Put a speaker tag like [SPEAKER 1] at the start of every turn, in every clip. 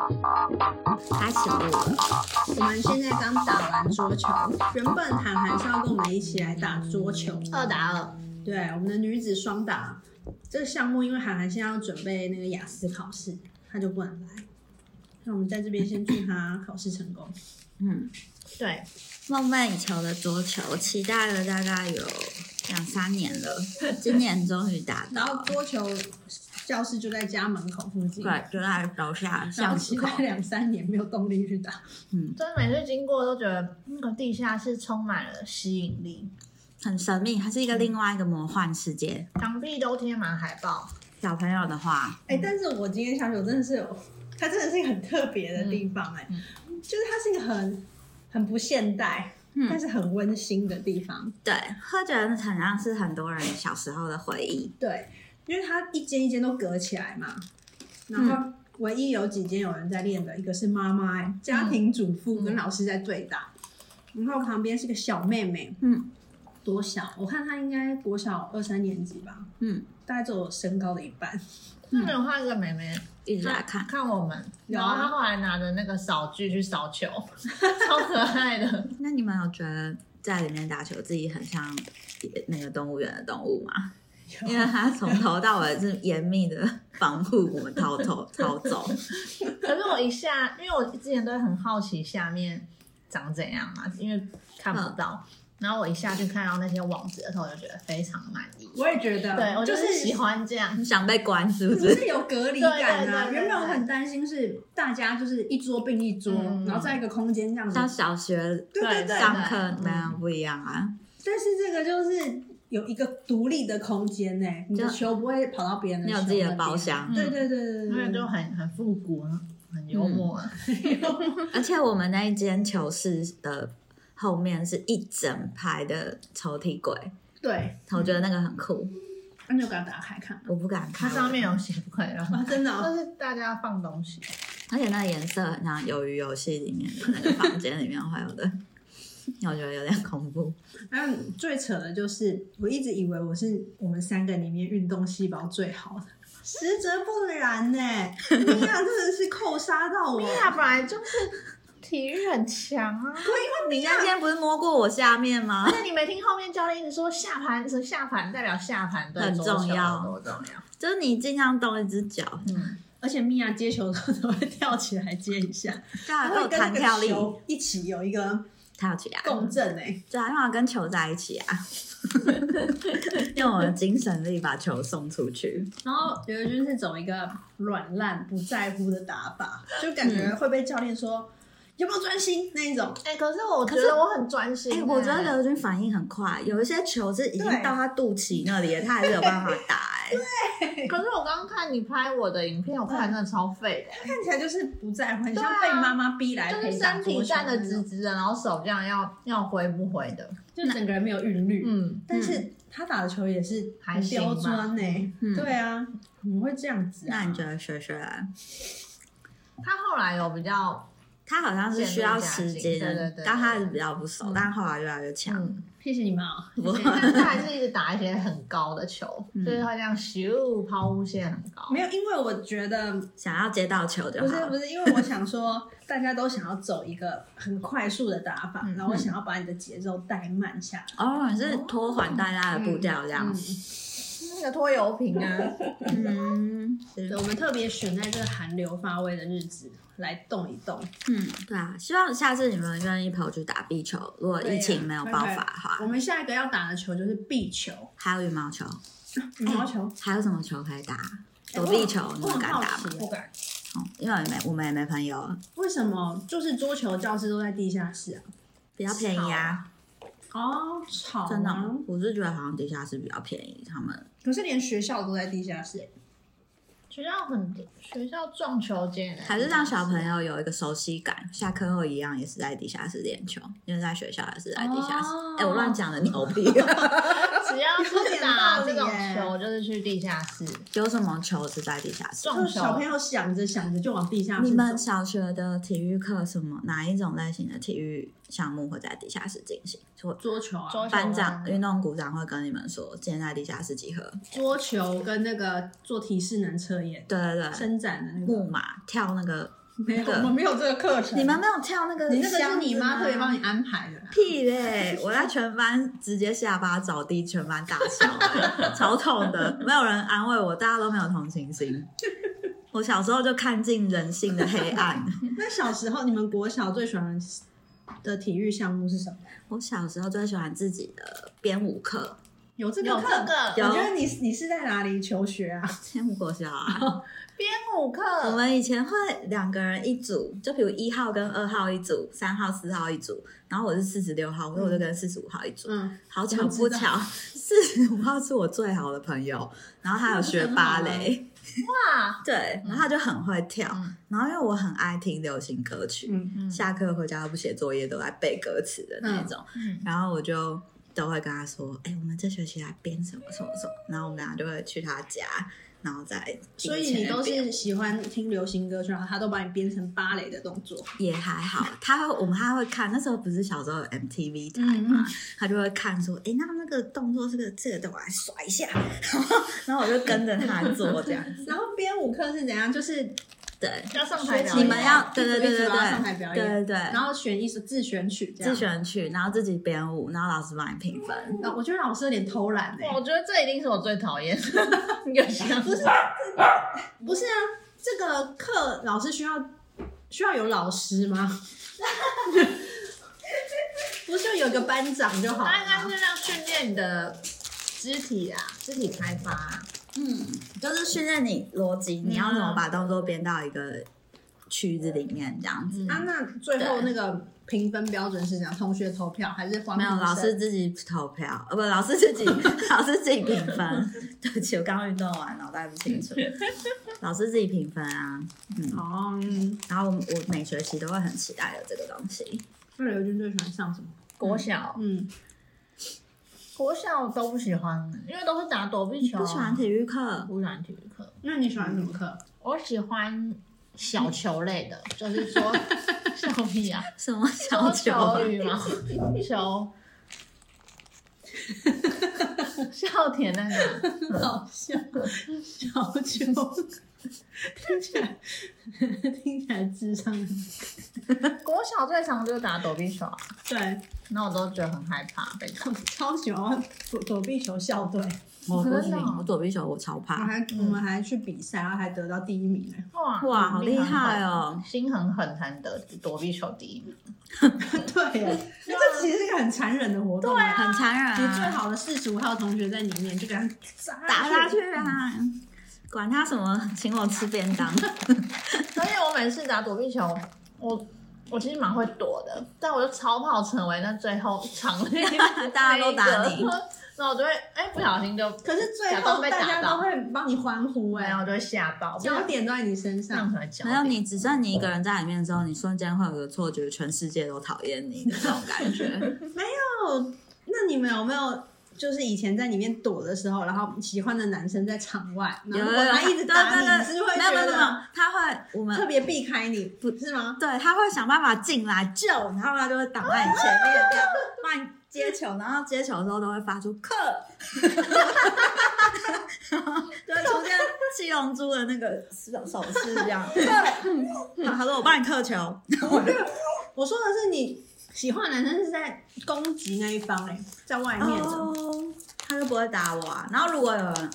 [SPEAKER 1] 他请我。我们现在刚打完桌球，原本涵涵是要跟我们一起来打桌球，
[SPEAKER 2] 二打二，
[SPEAKER 1] 对，我们的女子双打这个项目，因为涵涵现在要准备那个雅思考试，她就不能来。那我们在这边先祝她考试成功。
[SPEAKER 3] 嗯，
[SPEAKER 2] 对，
[SPEAKER 3] 梦寐以求的桌球，期待了大概有两三年了，今年终于打
[SPEAKER 1] 然
[SPEAKER 3] 到
[SPEAKER 1] 后
[SPEAKER 3] 了，
[SPEAKER 1] 桌球教室就在家门口附近，
[SPEAKER 3] 对，就在楼下
[SPEAKER 1] 然后
[SPEAKER 3] 巷
[SPEAKER 1] 期
[SPEAKER 3] 子口
[SPEAKER 1] 待。两三年没有动力去打。
[SPEAKER 2] 真的每次经过都觉得那个地下室充满了吸引力，
[SPEAKER 3] 很神秘，它是一个另外一个魔幻世界。
[SPEAKER 2] 墙壁都贴满海报，
[SPEAKER 3] 小朋友的话，
[SPEAKER 2] 嗯
[SPEAKER 1] 哎、但是我今天小九真的是有，它真的是一个很特别的地方、哎、
[SPEAKER 2] 嗯
[SPEAKER 1] 就是它是一个很很不现代，
[SPEAKER 3] 嗯
[SPEAKER 1] 但是很温馨的地方。
[SPEAKER 3] 对，喝酒很像是很多人小时候的回忆。
[SPEAKER 1] 对，因为它一间一间都隔起来嘛，然
[SPEAKER 2] 嗯
[SPEAKER 1] 后唯一有几间有人在练的，一个是妈妈、哎家庭主妇跟老师在对打，
[SPEAKER 2] 嗯
[SPEAKER 1] 然后旁边是个小妹妹，
[SPEAKER 3] 嗯
[SPEAKER 1] 多小？我看她应该国小二三年级吧，
[SPEAKER 3] 嗯，
[SPEAKER 1] 大概只有我身高的一半。
[SPEAKER 2] 那没有画一个妹妹
[SPEAKER 3] 一直在
[SPEAKER 2] 她
[SPEAKER 3] 看，
[SPEAKER 2] 看我们，
[SPEAKER 1] 有
[SPEAKER 2] 然
[SPEAKER 1] 啊
[SPEAKER 2] 后她后来拿着那个扫具去扫球，超可爱的。
[SPEAKER 3] 那你们有觉得在里面打球自己很像那个动物园的动物吗？因为它从头到尾是严密的防护我们逃走逃走。
[SPEAKER 2] 可是我一下，因为我之前都会很好奇下面长怎样嘛，因为看不到。然后我一下就看到那些网子的时候，我就觉得非常满意。
[SPEAKER 1] 我也觉得，
[SPEAKER 2] 对，我
[SPEAKER 1] 就是
[SPEAKER 2] 喜欢这样。
[SPEAKER 3] 你想被关是不
[SPEAKER 1] 不
[SPEAKER 3] 是？
[SPEAKER 1] 是有隔离感啊。
[SPEAKER 2] 对对对对对
[SPEAKER 1] 原本我很担心是大家就是一桌并一桌，
[SPEAKER 2] 嗯
[SPEAKER 1] 然后在一个空间这样子
[SPEAKER 3] 像。 小学
[SPEAKER 1] 对对对，
[SPEAKER 2] 对
[SPEAKER 3] 上课那样不一样啊。
[SPEAKER 1] 但是这个就是有一个独立的空间呢、你的
[SPEAKER 3] 就
[SPEAKER 1] 球不会跑到别人的，
[SPEAKER 3] 你有自己的包。厢，
[SPEAKER 1] 对对对对
[SPEAKER 2] 那
[SPEAKER 1] 对，
[SPEAKER 2] 就很很复古啊，很幽默啊。
[SPEAKER 3] 而且我们那一间球室的后面是一整排的抽屉柜，
[SPEAKER 1] 对，
[SPEAKER 3] 我觉得那个很酷，
[SPEAKER 1] 那就给它打开看
[SPEAKER 3] 我不敢
[SPEAKER 2] 它
[SPEAKER 3] 看。
[SPEAKER 2] 上面有写不可以让，
[SPEAKER 1] 啊，真的、哦，
[SPEAKER 2] 但是大家放东西。
[SPEAKER 3] 而且那个颜色很像《鱿鱼游戏》里面的那个房间里面会有的，我觉得有点恐怖。
[SPEAKER 1] 然后最扯的就是，我一直以为我是我们三个里面运动细胞最好的，实则不然呢、米娅真的是扣杀到我，
[SPEAKER 2] 米娅本来就是体育很强啊，
[SPEAKER 3] 你那天不是摸过我下面吗
[SPEAKER 2] 而？且你没听后面教练一直说下盘是下盘代表下盘对
[SPEAKER 3] 很
[SPEAKER 2] 桌球
[SPEAKER 3] 重要
[SPEAKER 2] 多重要。
[SPEAKER 3] 就是你尽量动一只脚，
[SPEAKER 2] 嗯，
[SPEAKER 1] 而且米娅接球的时候都会跳起来接一下，
[SPEAKER 3] 对，
[SPEAKER 1] 会
[SPEAKER 3] 有
[SPEAKER 1] 跟
[SPEAKER 3] 弹
[SPEAKER 1] 那
[SPEAKER 3] 跳
[SPEAKER 1] 个
[SPEAKER 3] 力，
[SPEAKER 1] 球一起有一个
[SPEAKER 3] 跳起来，
[SPEAKER 1] 共振哎、
[SPEAKER 3] 对啊，因为我跟球在一起啊，用我的精神力把球送出去。
[SPEAKER 1] 然后刘德军是走一个软烂不在乎的打法，就感觉会被教练说、有没有专心那一种。
[SPEAKER 2] 哎、可是我觉
[SPEAKER 3] 可是
[SPEAKER 2] 得我很专心、
[SPEAKER 3] 哎、
[SPEAKER 2] 欸
[SPEAKER 3] 我觉得刘军反应很快，有一些球是已经
[SPEAKER 1] 对
[SPEAKER 3] 到他肚脐那里了，他还是有办法打、哎，
[SPEAKER 2] 可是我刚刚看你拍我的影片，我看真的超废的、
[SPEAKER 1] 看起来就是不在乎，很
[SPEAKER 2] 对啊
[SPEAKER 1] 像被妈妈逼来
[SPEAKER 2] 就是
[SPEAKER 1] 陪打
[SPEAKER 2] 身
[SPEAKER 1] 桌
[SPEAKER 2] 体
[SPEAKER 1] 球
[SPEAKER 2] 站
[SPEAKER 1] 那
[SPEAKER 2] 得
[SPEAKER 1] 种
[SPEAKER 2] 直，直的，然后手这样要要挥不挥的。
[SPEAKER 1] 就整个人没有韵律。
[SPEAKER 2] 嗯，
[SPEAKER 1] 但是他打的球也是
[SPEAKER 2] 还行吧
[SPEAKER 1] 刁钻呢、
[SPEAKER 3] 嗯
[SPEAKER 1] 对啊，怎么会这样子啊？
[SPEAKER 3] 那你觉得学啊学来？
[SPEAKER 2] 他后来有比较，
[SPEAKER 3] 他好像是需要时
[SPEAKER 2] 渐入佳境对对
[SPEAKER 3] 间
[SPEAKER 2] 对，
[SPEAKER 3] 刚开始比较不熟，但后来越来越强。
[SPEAKER 2] 嗯，
[SPEAKER 1] 谢谢你们啊、
[SPEAKER 3] 不会
[SPEAKER 2] 但是还是一直打一些很高的球，
[SPEAKER 3] 嗯
[SPEAKER 2] 就是会这样咻抛物线很高。
[SPEAKER 1] 没有，因为我觉得
[SPEAKER 3] 想要接到球就
[SPEAKER 1] 不
[SPEAKER 3] 好
[SPEAKER 1] 是不
[SPEAKER 3] 了。
[SPEAKER 1] 是，因为我想说，大家都想要走一个很快速的打法，
[SPEAKER 3] 嗯
[SPEAKER 1] 然后我想要把你的节奏带慢下来。
[SPEAKER 3] 哦，你是拖缓大家的步调这样。
[SPEAKER 2] 那个拖油瓶啊，
[SPEAKER 3] 嗯是
[SPEAKER 1] 对，我们特别选在这个寒流发威的日子来动一动。
[SPEAKER 3] 嗯，对啊，希望下次你们愿意陪我去打壁球。如果疫情没有爆发的
[SPEAKER 1] 我
[SPEAKER 3] 话，
[SPEAKER 1] 们下一个要打的球就是壁球、
[SPEAKER 3] 还有羽毛球，
[SPEAKER 1] 羽毛球、
[SPEAKER 3] 还有什么球可以打？躲避球你
[SPEAKER 1] 哎我
[SPEAKER 3] 们
[SPEAKER 1] 很
[SPEAKER 3] 敢
[SPEAKER 1] 好
[SPEAKER 3] 打吗？
[SPEAKER 1] 奇，
[SPEAKER 2] 敢。
[SPEAKER 3] 嗯因为没我们也没朋友，
[SPEAKER 1] 为什么就是桌球教室都在地下室啊？
[SPEAKER 3] 比较便宜啊，
[SPEAKER 1] 哦，吵啊
[SPEAKER 3] 真的，我是觉得好像地下室比较便宜，他们
[SPEAKER 1] 可是连学校都在地下室，
[SPEAKER 2] 学校很学校撞球间欸，
[SPEAKER 1] 哎
[SPEAKER 3] 还是让小朋友有一个熟悉感。下课后一样也是在地下室练球，因为在学校也是在地下室。哎、
[SPEAKER 1] 哦
[SPEAKER 3] 我乱讲的，牛 逼！
[SPEAKER 2] 只要是打这种
[SPEAKER 1] 有点道理耶
[SPEAKER 2] 球，就是去地下室
[SPEAKER 3] 有什么球是在地下室？
[SPEAKER 2] 撞
[SPEAKER 1] 就
[SPEAKER 2] 球。
[SPEAKER 1] 是小朋友想着想着就往地下室
[SPEAKER 3] 你
[SPEAKER 1] 走。
[SPEAKER 3] 们小学的体育课什么哪一种类型的体育项目会在地下室进行？我
[SPEAKER 1] 桌球啊，
[SPEAKER 2] 桌球
[SPEAKER 3] 班
[SPEAKER 2] 啊
[SPEAKER 3] 长、运动股长会跟你们说，今天在地下室集合。
[SPEAKER 1] 桌球跟那个做提示能测验、啊
[SPEAKER 3] 对对对，
[SPEAKER 1] 伸展的那个
[SPEAKER 3] 木马跳那个
[SPEAKER 1] 没有，
[SPEAKER 3] 那个
[SPEAKER 1] 我们没有这个课程。
[SPEAKER 3] 你们没有跳那个？
[SPEAKER 1] 你那个是你妈特别帮你安排的啦。
[SPEAKER 3] 屁嘞！我在全班直接下巴着地，全班大笑、欸，超痛的，没有人安慰我，大家都没有同情心。我小时候就看尽人性的黑暗。
[SPEAKER 1] 那小时候你们国小最喜欢的体育项目是什么？
[SPEAKER 3] 我小时候最喜欢自己的编舞课，
[SPEAKER 1] 有这个
[SPEAKER 2] 有
[SPEAKER 1] 课？
[SPEAKER 2] 这个
[SPEAKER 3] 有
[SPEAKER 1] 我觉得你你是在哪里求学啊？
[SPEAKER 3] 编舞国小啊。
[SPEAKER 2] 编舞
[SPEAKER 3] 我
[SPEAKER 2] 课，
[SPEAKER 3] 们以前会两个人一组，就比如一号跟二号一组，三号、四号一组，然后我是四十六号，所以我就跟四十五号一组。
[SPEAKER 1] 嗯，
[SPEAKER 3] 好巧不 巧，四十五号是我最好的朋友，然后他有学芭蕾，
[SPEAKER 2] 哇，
[SPEAKER 3] 对，然后他就很会跳，
[SPEAKER 2] 嗯
[SPEAKER 3] 然后因为我很爱听流行歌曲，
[SPEAKER 1] 嗯，
[SPEAKER 2] 嗯
[SPEAKER 3] 下课回家都不写作业，都在背歌词的那种，
[SPEAKER 2] 嗯
[SPEAKER 3] 然后我就。都会跟他说：“哎、我们这学期来编什么什么什么。”然后我们俩就会去他家，然后再听
[SPEAKER 1] 所以
[SPEAKER 3] 前
[SPEAKER 1] 你
[SPEAKER 3] 面
[SPEAKER 1] 都
[SPEAKER 3] 编
[SPEAKER 1] 是喜欢听流行歌曲，然后他都把你编成芭蕾的动作。
[SPEAKER 3] 也还 好，他会我们他会看，那时候不是小时候有 MTV 台
[SPEAKER 1] 嗯
[SPEAKER 3] 嘛，他就会看说，哎诶，那那个动作这个这个等我来甩一下， 然后然后我就跟着他做这样子。
[SPEAKER 1] 然后编舞课是怎样？就是
[SPEAKER 3] 对，
[SPEAKER 2] 要上台
[SPEAKER 1] 然
[SPEAKER 2] 表演，
[SPEAKER 1] 后
[SPEAKER 3] 你们要对对对
[SPEAKER 1] 一
[SPEAKER 3] 对
[SPEAKER 1] 组一组然后上台
[SPEAKER 3] 对
[SPEAKER 1] 表
[SPEAKER 3] 对
[SPEAKER 1] 演
[SPEAKER 3] 对对，
[SPEAKER 1] 然后选一首呃自选曲这样。
[SPEAKER 3] 自。选曲，然后自己编舞，然后老师帮你评分。
[SPEAKER 1] 啊，我觉得老师有点偷懒哎、
[SPEAKER 2] 哇我觉得这一定是我最讨厌 的一个项目。
[SPEAKER 1] 不是啊，这个课老师需要需要有老师吗？不是就有个班长就好了
[SPEAKER 2] 它应该
[SPEAKER 1] 吗？
[SPEAKER 2] 是让训练你的肢体啊，肢体开发啊、
[SPEAKER 3] 嗯，就是训练你逻辑，你要怎么把动作编到一个曲子里面这样子。
[SPEAKER 1] 啊，那最后那个评分标准是怎样？同学投票还是黄
[SPEAKER 3] 没有，
[SPEAKER 1] 评
[SPEAKER 3] 老
[SPEAKER 1] 审
[SPEAKER 3] 师自己投票，呃，不，老师自己，老师自己评分。对不起，我刚运动完，脑袋不清楚。老师自己评分啊，嗯。
[SPEAKER 1] 哦，嗯
[SPEAKER 3] 然后我我每学期都会很期待有这个东西。
[SPEAKER 1] 那刘军最喜欢上什么？
[SPEAKER 2] 国小、
[SPEAKER 1] 嗯，
[SPEAKER 2] 国小都不喜欢，因为都是打躲避球。啊
[SPEAKER 3] 不喜欢体育课，
[SPEAKER 2] 不喜欢体育课，
[SPEAKER 1] 那你喜欢什么课？
[SPEAKER 2] 我喜欢小球类的，就是 说小屁啊，
[SPEAKER 3] 什么小球
[SPEAKER 2] 小啊羽毛 球，笑田那个
[SPEAKER 3] 嗯
[SPEAKER 1] 好笑，小球，听起来听起来智商很
[SPEAKER 2] 国小最常就是打躲避球啊，
[SPEAKER 1] 对，
[SPEAKER 2] 那我都觉得很害怕被打。
[SPEAKER 1] 我超喜欢躲躲避球校队，
[SPEAKER 3] 我不
[SPEAKER 2] 真
[SPEAKER 3] 行
[SPEAKER 2] 的哦，
[SPEAKER 3] 我躲避球我超
[SPEAKER 1] 我
[SPEAKER 3] 怕。
[SPEAKER 1] 还、我们还去比赛，然后还得到第一名呢。
[SPEAKER 2] 哇
[SPEAKER 3] 哇，好厉害！哦！
[SPEAKER 2] 心很狠才能得躲避球第一名。
[SPEAKER 1] 对耶，那这其实是一个很残忍的活动。对
[SPEAKER 3] 很残忍啊！
[SPEAKER 1] 嗯你最好的四十五号同学在里面，就给他砸
[SPEAKER 3] 打下
[SPEAKER 1] 下
[SPEAKER 3] 去啊！管他什么，请我吃便当。
[SPEAKER 2] 而且我每次打躲避球，我我其实蛮会躲的，但我就超怕我成为那最后一场 那个
[SPEAKER 3] 大家都打你，
[SPEAKER 2] 那我就会哎、不小心就，
[SPEAKER 1] 可是最
[SPEAKER 2] 假装
[SPEAKER 1] 后
[SPEAKER 2] 被
[SPEAKER 1] 大
[SPEAKER 2] 打
[SPEAKER 1] 家都
[SPEAKER 2] 到，
[SPEAKER 1] 会帮你欢呼
[SPEAKER 3] 啊
[SPEAKER 1] 哎、
[SPEAKER 2] 然后我就会吓到，
[SPEAKER 1] 焦点都在你身
[SPEAKER 2] 这样
[SPEAKER 1] 上。
[SPEAKER 2] 才会焦
[SPEAKER 3] 没
[SPEAKER 2] 点。
[SPEAKER 3] 有你，只剩你一个人在里面的时候，你瞬间会有个错觉，全世界都讨厌你的这种感觉。
[SPEAKER 1] 哦，那你们有没有就是以前在里面躲的时候，然后喜欢的男生在场外，
[SPEAKER 3] 有
[SPEAKER 1] 然
[SPEAKER 3] 有
[SPEAKER 1] 后
[SPEAKER 3] 有，
[SPEAKER 1] 他一直打你，你
[SPEAKER 3] 对对
[SPEAKER 1] 是会
[SPEAKER 3] 对，没有
[SPEAKER 1] 觉
[SPEAKER 3] 没有没有
[SPEAKER 1] 得，
[SPEAKER 3] 他会我们
[SPEAKER 1] 特别避开你，不是吗？
[SPEAKER 3] 对他会想办法进来救，然后他就会挡在你前面，这样帮你接球，然后接球的时候都会发出克，就会出现七龙珠的那个手手势这样。然后他说我帮你克球，
[SPEAKER 1] 我说的是你喜欢的男生是在攻击那一方哎、在外面的。
[SPEAKER 3] 哦，他就不会打我啊。然后如果有人。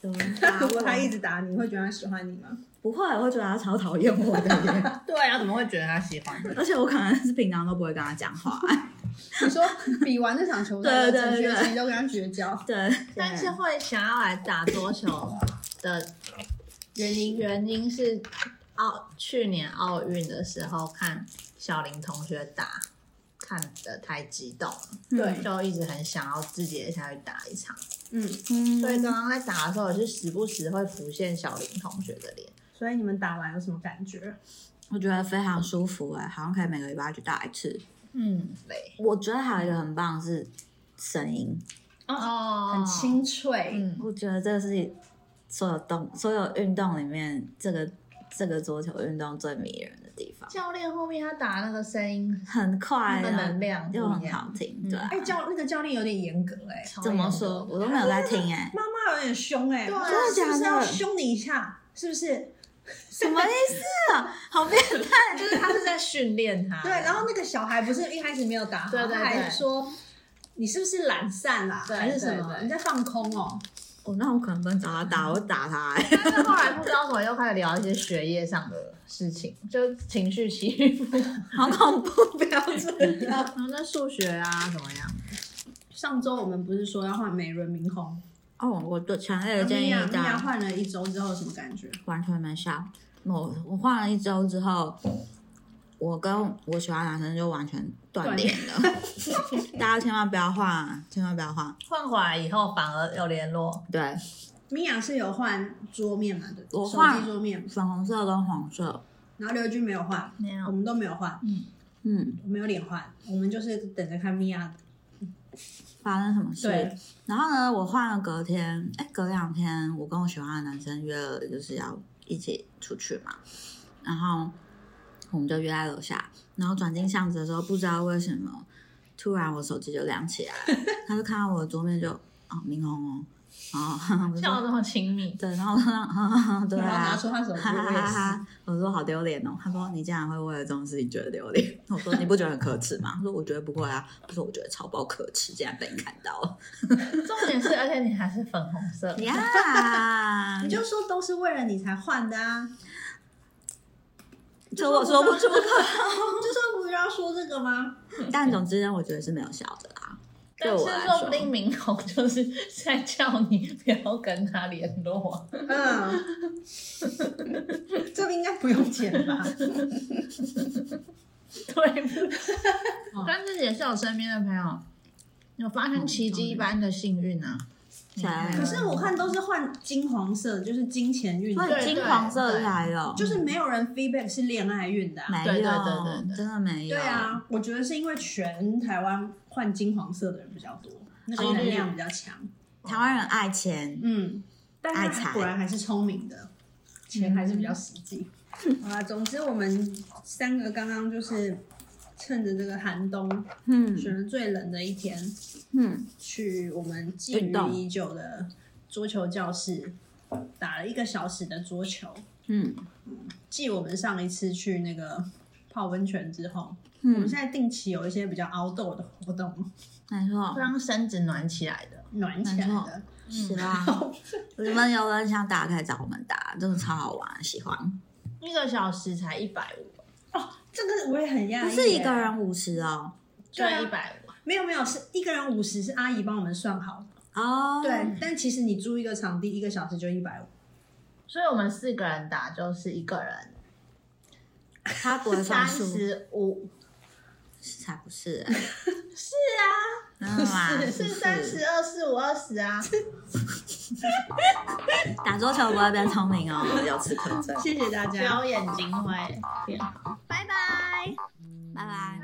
[SPEAKER 3] 有人打
[SPEAKER 1] 如果他一
[SPEAKER 3] 我，
[SPEAKER 1] 直打你，会觉得他喜欢你吗？
[SPEAKER 3] 不会，我会觉得他超讨厌我的耶，
[SPEAKER 2] 对啊，怎么会觉得他喜欢你？
[SPEAKER 3] 而且我可能是平常都不会跟他讲话。
[SPEAKER 1] 你 说比完这场球赛，
[SPEAKER 3] 对对对
[SPEAKER 1] 整学期都跟他绝交，
[SPEAKER 3] 对，
[SPEAKER 2] 但是会想要来打桌球的原因，原因是奥去年奥运的时候看小林同学打，看的太激动了，
[SPEAKER 1] 对
[SPEAKER 2] 就一直很想要自己也下去打一场。
[SPEAKER 1] 嗯，
[SPEAKER 3] 嗯，
[SPEAKER 2] 所以刚刚在打的时候，我就时不时会浮现小林同学的脸。
[SPEAKER 1] 所以你们打完有什么感觉？
[SPEAKER 3] 我觉得非常舒服哎、好像可以每个礼拜去打一次。
[SPEAKER 2] 嗯，对，
[SPEAKER 3] 我觉得还有一个很棒是声音，
[SPEAKER 2] 哦
[SPEAKER 1] 很清脆，
[SPEAKER 2] 嗯，
[SPEAKER 3] 我觉得这是所有动所有运动里面这个这个桌球运动最迷人的地方，
[SPEAKER 2] 教练后面他打那个声音，
[SPEAKER 3] 很快
[SPEAKER 2] 那个
[SPEAKER 3] 然后
[SPEAKER 2] 能量
[SPEAKER 3] 哎又
[SPEAKER 2] 不一
[SPEAKER 3] 很
[SPEAKER 2] 样
[SPEAKER 3] 好听，
[SPEAKER 2] 嗯
[SPEAKER 3] 对啊、
[SPEAKER 1] 哎、教那个教练有点严格哎、
[SPEAKER 2] 超
[SPEAKER 3] 怎么
[SPEAKER 2] 严格
[SPEAKER 3] 说我都没有在听哎、
[SPEAKER 1] 妈妈有点凶哎、
[SPEAKER 2] 对啊
[SPEAKER 1] 是不是
[SPEAKER 3] 真的假
[SPEAKER 1] 要
[SPEAKER 3] 的
[SPEAKER 1] 凶你一下？是不是？
[SPEAKER 3] 什么意思、啊？好变态！
[SPEAKER 2] 就是他是在训练 他。
[SPEAKER 1] 对，然后那个小孩不是一开始没有打好，
[SPEAKER 2] 对对对
[SPEAKER 1] 他还说你是不是懒散啦，
[SPEAKER 2] 对
[SPEAKER 1] 还是什
[SPEAKER 2] 对
[SPEAKER 1] 么？
[SPEAKER 2] 对
[SPEAKER 1] 你在放空哦。
[SPEAKER 3] 哦， 那我可能不能找他打，我打他、欸。
[SPEAKER 2] 但是后来不知道怎么又开始聊一些学业上的事情，就情绪起伏。
[SPEAKER 3] 好恐怖，不要这样。
[SPEAKER 2] 然后那数学啊怎么样？
[SPEAKER 1] 上周我们不是说要换美轮明宏，
[SPEAKER 3] 哦，我对强烈的建
[SPEAKER 1] 米
[SPEAKER 3] 议
[SPEAKER 1] 娅米
[SPEAKER 3] 大
[SPEAKER 1] 娅
[SPEAKER 3] 家
[SPEAKER 1] 换了一周之后什么感觉？
[SPEAKER 3] 完全没效。我我换了一周之后，我跟我喜欢的男生就完全断联了。 大家千万不要换啊，千万不要换。
[SPEAKER 2] 换回来以后反而有联络，
[SPEAKER 3] 对，
[SPEAKER 1] 米娅是有换桌面嘛？对不对，
[SPEAKER 3] 我
[SPEAKER 1] 手
[SPEAKER 3] 换
[SPEAKER 1] 机桌面嘛。
[SPEAKER 3] 粉红色跟黄色，
[SPEAKER 1] 然后刘军没有换，
[SPEAKER 2] 没
[SPEAKER 1] 我
[SPEAKER 2] 有，
[SPEAKER 1] 们都没有换，
[SPEAKER 2] 嗯，
[SPEAKER 3] 嗯，
[SPEAKER 1] 我没有脸换，我们就是等着看米娅。
[SPEAKER 3] 发生什么事？
[SPEAKER 1] 对，
[SPEAKER 3] 然后呢，我换了隔天，哎，隔两天，我跟我喜欢的男生约了，就是要一起出去嘛。然后我们就约在楼下，然后转进巷子的时候，不知道为什么，突然我手机就亮起来 了，他就看到我的桌面就，哦，明红哦，哦， 我就
[SPEAKER 2] 笑
[SPEAKER 3] 说
[SPEAKER 2] 得这么亲密，
[SPEAKER 3] 对，然后我说，嗯对
[SPEAKER 1] 然后拿
[SPEAKER 3] 啊。
[SPEAKER 1] 出 他手机，
[SPEAKER 3] 哈哈
[SPEAKER 1] 我 也
[SPEAKER 3] 哈
[SPEAKER 1] 是。
[SPEAKER 3] 哈！我说好丢脸哦。他说你竟然会为了这种事情觉得丢脸。 我说你不觉得很可耻吗？他说我觉得不会啊。他说我觉得超爆可耻，竟然被你看到了。
[SPEAKER 2] 重点是，而且你还是粉红 色，
[SPEAKER 3] 呀，
[SPEAKER 1] 你就说都是为了你才换的啊，
[SPEAKER 3] 这我说不出口。
[SPEAKER 1] 就说不是要说这个吗？
[SPEAKER 3] 但总之呢，我觉得是没有效的啦。对
[SPEAKER 2] 但
[SPEAKER 3] 我
[SPEAKER 2] 是
[SPEAKER 3] 来
[SPEAKER 2] 说
[SPEAKER 3] 说
[SPEAKER 2] 不，定明红就是在叫你不要跟他联络 啊，
[SPEAKER 1] 嗯， 这个应该不用剪 吧？
[SPEAKER 2] 对不
[SPEAKER 1] 哦？
[SPEAKER 2] 但是也是有身边的朋友有发生奇迹般的幸运啊！
[SPEAKER 3] 嗯谁
[SPEAKER 1] 可是我看都是换金黄色，就是金钱运的，
[SPEAKER 3] 所以
[SPEAKER 2] 对
[SPEAKER 3] 金黄色才有，
[SPEAKER 1] 就是没有人 feedback 是恋爱运的啊、
[SPEAKER 3] 没有，
[SPEAKER 2] 对对对对对
[SPEAKER 3] 真的没有。
[SPEAKER 1] 对，啊，我觉得是因为全台湾换金黄色的人比较多，那
[SPEAKER 3] 哦
[SPEAKER 1] 个能量比较强。
[SPEAKER 3] 台湾人爱钱，
[SPEAKER 1] 嗯，但
[SPEAKER 3] 爱
[SPEAKER 1] 他
[SPEAKER 3] 财
[SPEAKER 1] 果然还是聪明的，钱还是比较实际。
[SPEAKER 3] 嗯
[SPEAKER 1] 好啦，总之我们三个刚刚就是趁着这个寒冬，
[SPEAKER 3] 嗯
[SPEAKER 1] 选了最冷的一天，
[SPEAKER 3] 嗯，
[SPEAKER 1] 去我们觊
[SPEAKER 3] 运动
[SPEAKER 1] 觎已久的桌球教室打了一个小时的桌球。
[SPEAKER 3] 嗯
[SPEAKER 1] 继我们上一次去那个泡温泉之后，我们
[SPEAKER 3] 嗯，
[SPEAKER 1] 现在定期有一些比较 outdoor 的活动，
[SPEAKER 3] 没错，
[SPEAKER 2] 让身子暖起来的，
[SPEAKER 1] 暖起来
[SPEAKER 3] 没
[SPEAKER 1] 的
[SPEAKER 3] 错。是啦。你们有人想打可以找我们打，真的超好玩，喜欢。
[SPEAKER 2] 一个小时才一百五，
[SPEAKER 1] 这个我也很讶异耶，
[SPEAKER 3] 不是一个人五十哦，
[SPEAKER 2] 就
[SPEAKER 1] 对啊
[SPEAKER 2] 一百五，
[SPEAKER 1] 没有没有，是一个人五十，是阿姨帮我们算好的。
[SPEAKER 3] 哦，
[SPEAKER 1] 对，但其实你租一个场地，一个小时就一百五。
[SPEAKER 2] 所以我们四个人打就是一个人
[SPEAKER 3] 他不会算
[SPEAKER 2] 三
[SPEAKER 3] 数，
[SPEAKER 2] 十五，
[SPEAKER 3] 才不是欸，是啊，
[SPEAKER 2] 是是三十二四五二十啊，
[SPEAKER 3] 打桌球不会变聪明哦，有此可证。
[SPEAKER 1] 谢谢大家。
[SPEAKER 2] 表演金会，
[SPEAKER 3] 拜拜，拜拜。